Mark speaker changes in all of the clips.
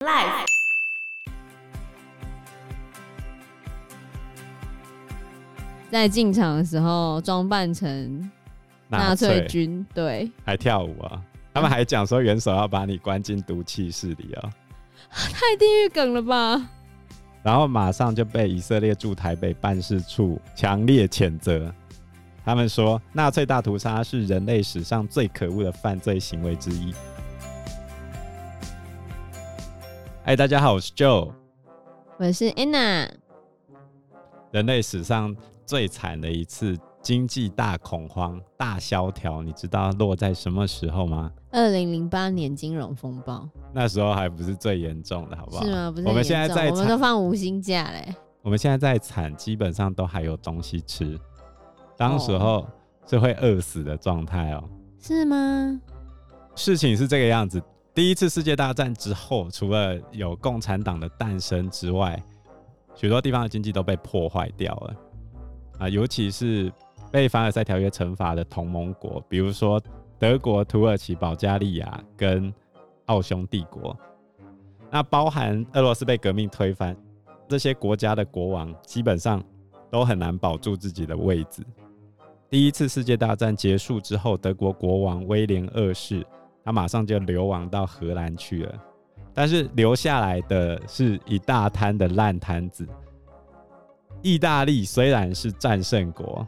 Speaker 1: Life。在进场的时候装扮成纳粹军，对，
Speaker 2: 还跳舞啊、他们还讲说元首要把你关进毒气室里哦、
Speaker 1: 太地狱梗了吧？
Speaker 2: 然后马上就被以色列驻台北办事处强烈谴责。他们说，纳粹大屠杀是人类史上最可恶的犯罪行为之一。嗨，哎大家好，我是 Joe。
Speaker 1: 我是 Anna，
Speaker 2: 人类史上最惨的一次经济大恐慌、大萧条，你知道落在什么时候吗？
Speaker 1: 二零零八年金融风暴
Speaker 2: 那时候还不是最严重的，好不好？
Speaker 1: 是吗？不是很严重，
Speaker 2: 我们现在在
Speaker 1: 我
Speaker 2: 惨
Speaker 1: 们都放无薪假嘞，
Speaker 2: 我们现在在产，基本上都还有东西吃，当时候是会饿死的状态哦。
Speaker 1: 是吗？
Speaker 2: 事情是这个样子：第一次世界大战之后，除了有共产党的诞生之外，许多地方的经济都被破坏掉了啊，尤其是被凡尔赛条约惩罚的同盟国，比如说德国、土耳其、保加利亚跟奥匈帝国。那包含俄罗斯被革命推翻，这些国家的国王基本上都很难保住自己的位置。第一次世界大战结束之后，德国国王威廉二世他马上就流亡到荷兰去了，但是留下来的是一大摊的烂摊子。意大利虽然是战胜国，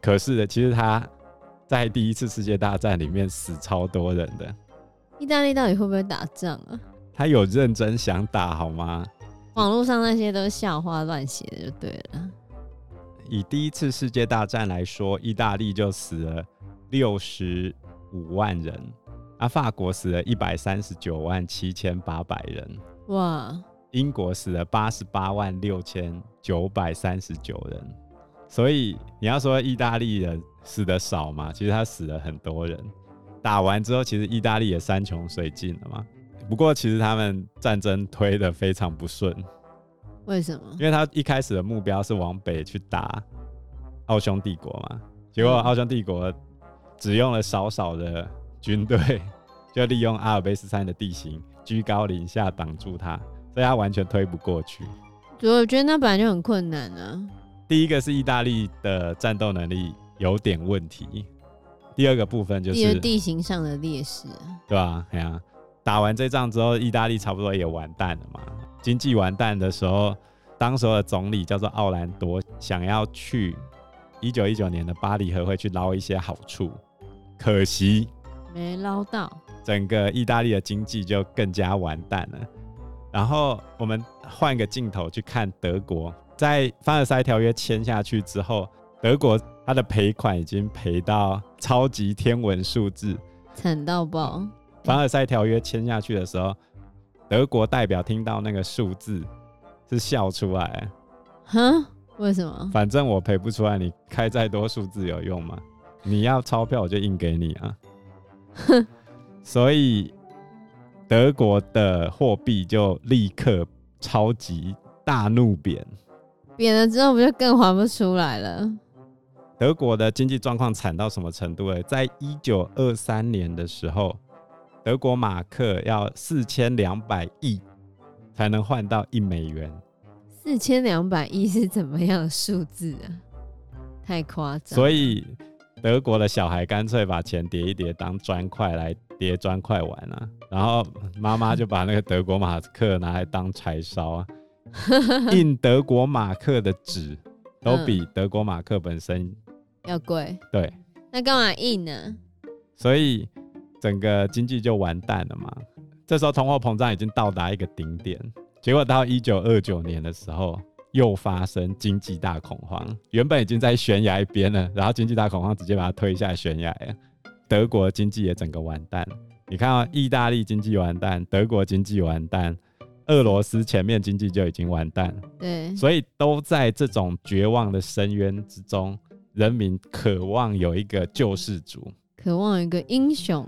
Speaker 2: 可是呢，其实他在第一次世界大战里面死超多人的，
Speaker 1: 意大利到底会不会打仗啊？
Speaker 2: 他有认真想打好吗？
Speaker 1: 网络上那些都是笑话乱写的，就对了。
Speaker 2: 以第一次世界大战来说，意大利就死了六十五万人，啊，法国死了一百三十九万七千八百人，
Speaker 1: 哇，
Speaker 2: 英国死了八十八万六千九百三十九人。所以你要说意大利人死的少嘛，其实他死了很多人。打完之后，其实意大利也山穷水尽了嘛。不过其实他们战争推得非常不顺，
Speaker 1: 为什么？
Speaker 2: 因为他一开始的目标是往北去打奥匈帝国嘛，结果
Speaker 1: 嗯
Speaker 2: 奥匈帝国只用了少少的军队， 就利用阿尔卑斯山的地形居高临下挡住他，所以他完全推不过去。
Speaker 1: 主要我觉得那本来就很困难啊。
Speaker 2: 第一个是意大利的战斗能力有点问题，第二个部分就是
Speaker 1: 因为地形上的劣势啊，
Speaker 2: 对啊？哎呀、打完这仗之后，意大利差不多也完蛋了嘛。经济完蛋的时候，当时候的总理叫做奥兰多，想要去一九一九年的巴黎和会去捞一些好处，可惜
Speaker 1: 没捞到。
Speaker 2: 整个意大利的经济就更加完蛋了。然后我们换个镜头去看德国，在凡尔赛条约签下去之后，德国它的赔款已经赔到超级天文数字，
Speaker 1: 惨到爆！
Speaker 2: 凡尔赛条约签下去的时候，德国代表听到那个数字是笑出来。
Speaker 1: 哈？为什么？
Speaker 2: 反正我赔不出来，你开再多数字有用吗？你要钞票我就印给你啊。所以德国的货币就立刻超级大怒贬，
Speaker 1: 扁了之后不就更还不出来了？
Speaker 2: 德国的经济状况惨到什么程度呢？在一九二三年的时候，德国马克要四千两百亿才能换到一美元，
Speaker 1: 四千两百亿是怎么样的数字啊？太夸张！
Speaker 2: 所以德国的小孩干脆把钱叠一叠当砖块来叠砖块玩啊，然后妈妈就把那个德国马克拿来当柴烧啊，印德国马克的纸都比德国马克本身
Speaker 1: 要贵，
Speaker 2: 对，
Speaker 1: 那干嘛啊印呢？
Speaker 2: 所以整个经济就完蛋了嘛。这时候通货膨胀已经到达一个顶点，结果到一九二九年的时候又发生经济大恐慌，原本已经在悬崖边了，然后经济大恐慌直接把它推下悬崖了，德国经济也整个完蛋。你看啊，意大利经济完蛋，德国经济完蛋，俄罗斯前面经济就已经完蛋，
Speaker 1: 对，
Speaker 2: 所以都在这种绝望的深渊之中，人民渴望有一个救世主。
Speaker 1: 渴望有一个英雄，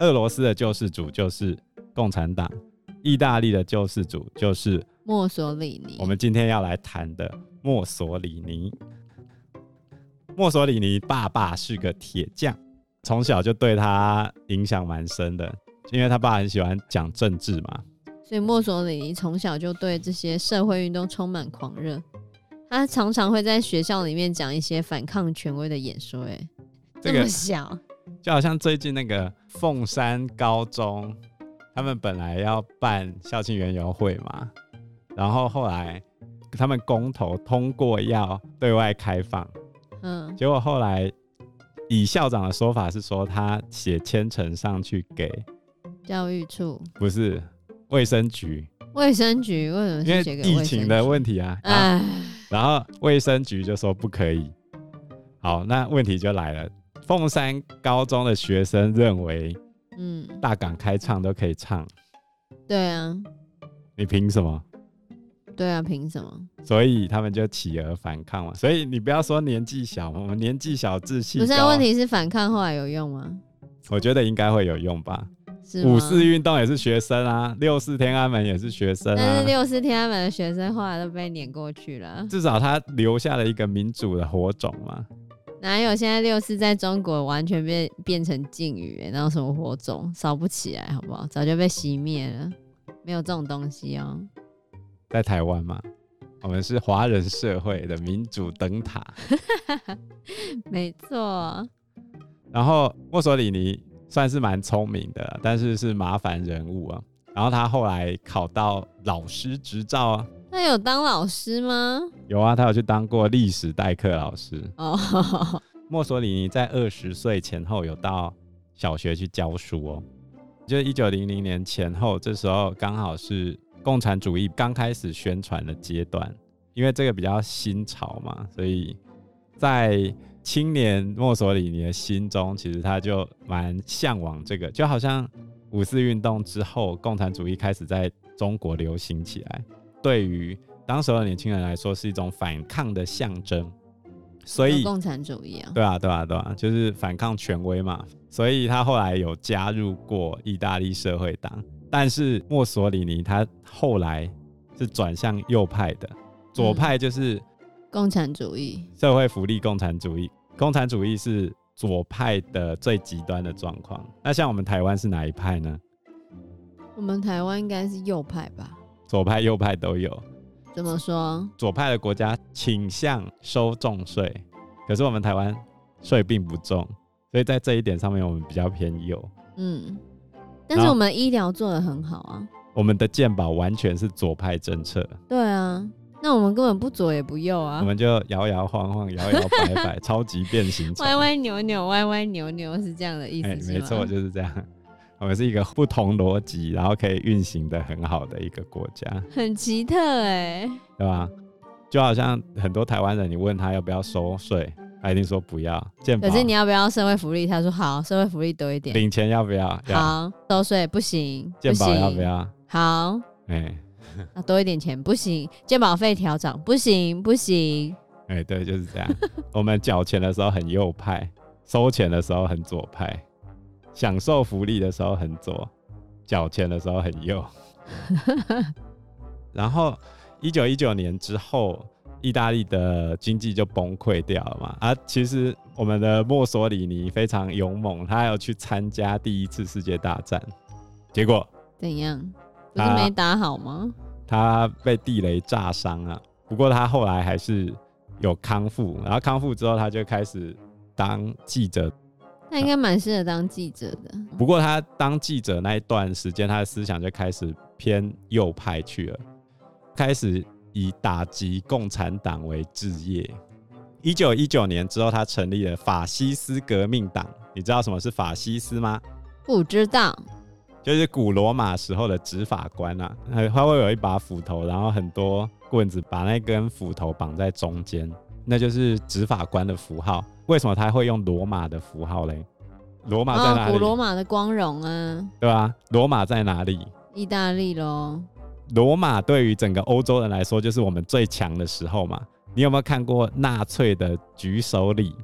Speaker 2: 俄罗斯的救世主就是共产党，意大利的救世主就是
Speaker 1: 墨索里尼。
Speaker 2: 我们今天要来谈的墨索里尼。墨索里尼爸爸是个铁匠，从小就对他影响蛮深的，因为他爸很喜欢讲政治嘛。
Speaker 1: 所以墨索里尼从小就对这些社会运动充满狂热。他常常会在学校里面讲一些反抗权威的演说、欸，哎，
Speaker 2: 这
Speaker 1: 么
Speaker 2: 个
Speaker 1: 小，
Speaker 2: 就好像最近那个凤山高中，他们本来要办校庆园游会嘛，然后后来他们公投通过要对外开放，
Speaker 1: 嗯，
Speaker 2: 结果后来以校长的说法是说他写千层上去给
Speaker 1: 教育处、
Speaker 2: 不是卫生局，
Speaker 1: 卫生局为什么
Speaker 2: 因为
Speaker 1: 是写给
Speaker 2: 疫
Speaker 1: 卫生
Speaker 2: 情
Speaker 1: 局
Speaker 2: 的？问题啊，然后
Speaker 1: 哎，
Speaker 2: 然后卫生局就说不可以。好，那问题就来了，凤山高中的学生认为
Speaker 1: 嗯，
Speaker 2: 大港开唱都可以唱，
Speaker 1: 对啊，
Speaker 2: 你凭什么？
Speaker 1: 对啊，凭什么？
Speaker 2: 所以他们就起而反抗嘛。所以你不要说年纪小，我们年纪小志气
Speaker 1: 不是啊，
Speaker 2: 高
Speaker 1: 问，题是反抗后来有用吗？
Speaker 2: 我觉得应该会有用吧。
Speaker 1: 是吗
Speaker 2: 五四运动也是学生啊，六四天安门也是学生
Speaker 1: 但 是
Speaker 2: 啊，
Speaker 1: 六四天安门的学生后来都被撵过去了，
Speaker 2: 至少他留下了一个民主的火种嘛。
Speaker 1: 哪有现在六四在中国完全变变成禁语、欸，然后什么火种烧不起来，好不好？早就被熄灭了，没有这种东西哦、
Speaker 2: 在台湾嘛，我们是华人社会的民主灯塔。
Speaker 1: 没错，
Speaker 2: 然后墨索里尼算是蛮聪明的啦，但是是麻烦人物啊。然后他后来考到老师执照啊，
Speaker 1: 那有当老师吗？
Speaker 2: 有啊，他有去当过历史代课老师。
Speaker 1: 哦，
Speaker 2: 墨索里尼在二十岁前后有到小学去教书哦，就是一九零零年前后，这时候刚好是共产主义刚开始宣传的阶段，因为这个比较新潮嘛，所以在青年墨索里尼的心中，其实他就蛮向往这个，就好像五四运动之后，共产主义开始在中国流行起来，对于当时候的年轻人来说是一种反抗的象征，所以
Speaker 1: 有共产主义啊、
Speaker 2: 对啊，对啊，对啊，就是反抗权威嘛，所以他后来有加入过意大利社会党，但是墨索里尼他后来是转向右派的，左派就是
Speaker 1: 共产主义，
Speaker 2: 社会福利共产主义，共产主义是左派的最极端的状况。那像我们台湾是哪一派呢？
Speaker 1: 我们台湾应该是右派吧？
Speaker 2: 左派、右派都有，
Speaker 1: 怎么说？
Speaker 2: 左派的国家倾向收重税，可是我们台湾税并不重，所以在这一点上面我们比较偏右。
Speaker 1: 嗯，但是
Speaker 2: 然后
Speaker 1: 我们医疗做的很好啊。
Speaker 2: 我们的健保完全是左派政策，
Speaker 1: 对啊，那我们根本不左也不右
Speaker 2: 我
Speaker 1: 啊，
Speaker 2: 们就摇摇晃晃、摇摇 摆摆，超级变形虫。
Speaker 1: 歪歪扭扭，歪歪扭扭是这样的意思
Speaker 2: 哎、
Speaker 1: 是吗，
Speaker 2: 没错，就是这样。我们是一个不同逻辑，然后可以运行的很好的一个国家，
Speaker 1: 很奇特哎、
Speaker 2: 对吧？就好像很多台湾人，你问他要不要收税，他一定说不要。健保
Speaker 1: 可是你要不要社会福利？他说好，社会福利多一点。
Speaker 2: 领钱要不要？要。
Speaker 1: 好，收税不行，
Speaker 2: 健保
Speaker 1: 行
Speaker 2: 要不？要？
Speaker 1: 好，
Speaker 2: 哎、
Speaker 1: 啊，多一点钱不行，健保费调整不行不行，
Speaker 2: 哎、对，就是这样。我们缴钱的时候很右派，收钱的时候很左派，享受福利的时候很左，缴钱的时候很右。 然后，一九一九年之后，意大利的经济就崩溃掉了嘛。啊，其实我们的墨索里尼非常勇猛，他要去参加第一次世界大战，结果
Speaker 1: 怎样？不是
Speaker 2: 啊
Speaker 1: 没打好吗？
Speaker 2: 他被地雷炸伤啊，不过他后来还是有康复，然后康复之后他就开始当记者。
Speaker 1: 那
Speaker 2: 啊
Speaker 1: 应该蛮适合当记者的。
Speaker 2: 不过他当记者那一段时间，他的思想就开始偏右派去了，开始以打击共产党为置业。一九一九年之后，他成立了法西斯革命党。你知道什么是法西斯吗？
Speaker 1: 不知道，
Speaker 2: 就是古罗马时候的执法官啊，呃他会有一把斧头，然后很多棍子把那根斧头绑在中间，那就是执法官的符号。为什么他会用罗马的符号嘞？罗马在哪
Speaker 1: 哦，古
Speaker 2: 里？
Speaker 1: 罗马的光荣啊，
Speaker 2: 对吧、罗马在哪里？
Speaker 1: 意大利喽。
Speaker 2: 罗马对于整个欧洲人来说，就是我们最强的时候嘛。你有没有看过纳粹的举手礼？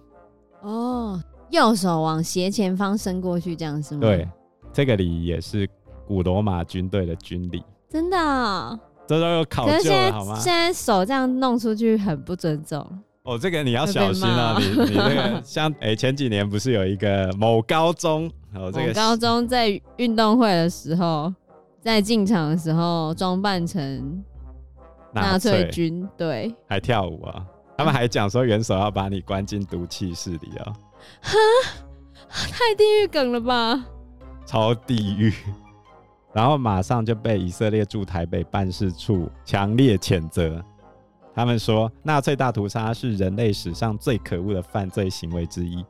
Speaker 1: 哦，右手往斜前方伸过去，这样是吗？
Speaker 2: 对，，这个礼也是古罗马军队的军礼，
Speaker 1: 真的哦、
Speaker 2: 这都有考
Speaker 1: 可是
Speaker 2: 究
Speaker 1: 现在
Speaker 2: 了好吗？
Speaker 1: 现在手这样弄出去很不尊重。
Speaker 2: 哦，这个你要
Speaker 1: 会被
Speaker 2: 小心啊！
Speaker 1: 骂
Speaker 2: 你你那个像诶、前几年不是有一个某高中，哦，这
Speaker 1: 我
Speaker 2: 个
Speaker 1: 高中在运动会的时候，在进场的时候装扮成纳粹军队，
Speaker 2: 还跳舞啊！他们还讲说元首要把你关进毒气室里啊，
Speaker 1: 太地狱梗了吧？
Speaker 2: 超地狱。 然后马上就被以色列驻台北办事处强烈谴责。他们说，纳粹大屠杀是人类史上最可恶的犯罪行为之一，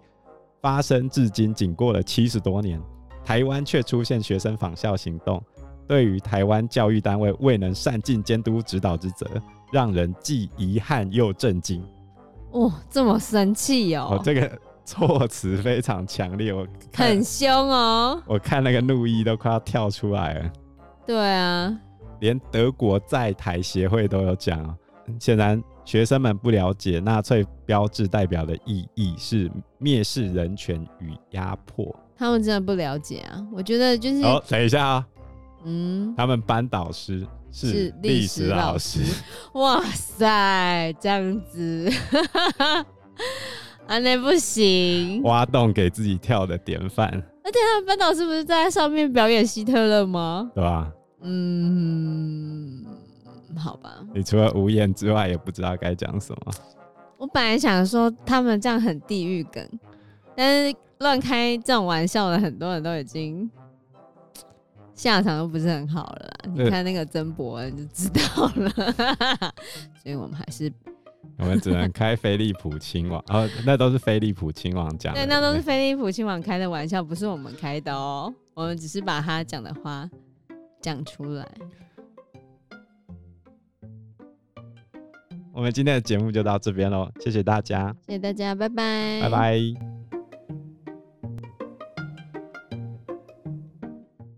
Speaker 2: 发生至今仅过了七十多年，台湾却出现学生仿效行动，对于台湾教育单位未能善尽监督指导之责，让人既遗憾又震惊。
Speaker 1: 哦，这么生气
Speaker 2: 哦，
Speaker 1: 哦，
Speaker 2: 这个措辞非常强烈，我看
Speaker 1: 很凶哦。
Speaker 2: 我看那个怒意都快要跳出来了。
Speaker 1: 对啊，
Speaker 2: 连德国在台协会都有讲啊。显然，学生们不了解纳粹标志代表的意义是蔑视人权与压迫。
Speaker 1: 他们真的不了解啊。我觉得就是，
Speaker 2: 哦，等一下啊，
Speaker 1: 嗯，
Speaker 2: 他们班导师
Speaker 1: 是
Speaker 2: 是
Speaker 1: 历
Speaker 2: 历
Speaker 1: 史
Speaker 2: 史
Speaker 1: 老
Speaker 2: 老
Speaker 1: 师
Speaker 2: 师，
Speaker 1: 哇塞，这样子， 啊，那不行。
Speaker 2: 挖洞给自己跳的典范，
Speaker 1: 那班导师不是在上面表演希特勒吗？
Speaker 2: 对吧？
Speaker 1: 嗯，好吧。
Speaker 2: 你除了无言之外，也不知道该讲什么。
Speaker 1: 我本来想说他们这样很地狱梗，但是乱开这种玩笑的很多人都已经下场都不是很好了啦。
Speaker 2: 对
Speaker 1: 你看那个曾伯恩就知道了， 所以我们还是
Speaker 2: 我们只能开菲利普亲王，哦，那都是菲利普亲王讲的。
Speaker 1: 对，那都是菲利普亲王开的玩笑，不是我们开的哦。我们只是把他讲的话讲出来。
Speaker 2: 我们今天的节目就到这边喽，谢谢大家，
Speaker 1: 谢谢大家，拜拜，
Speaker 2: 拜拜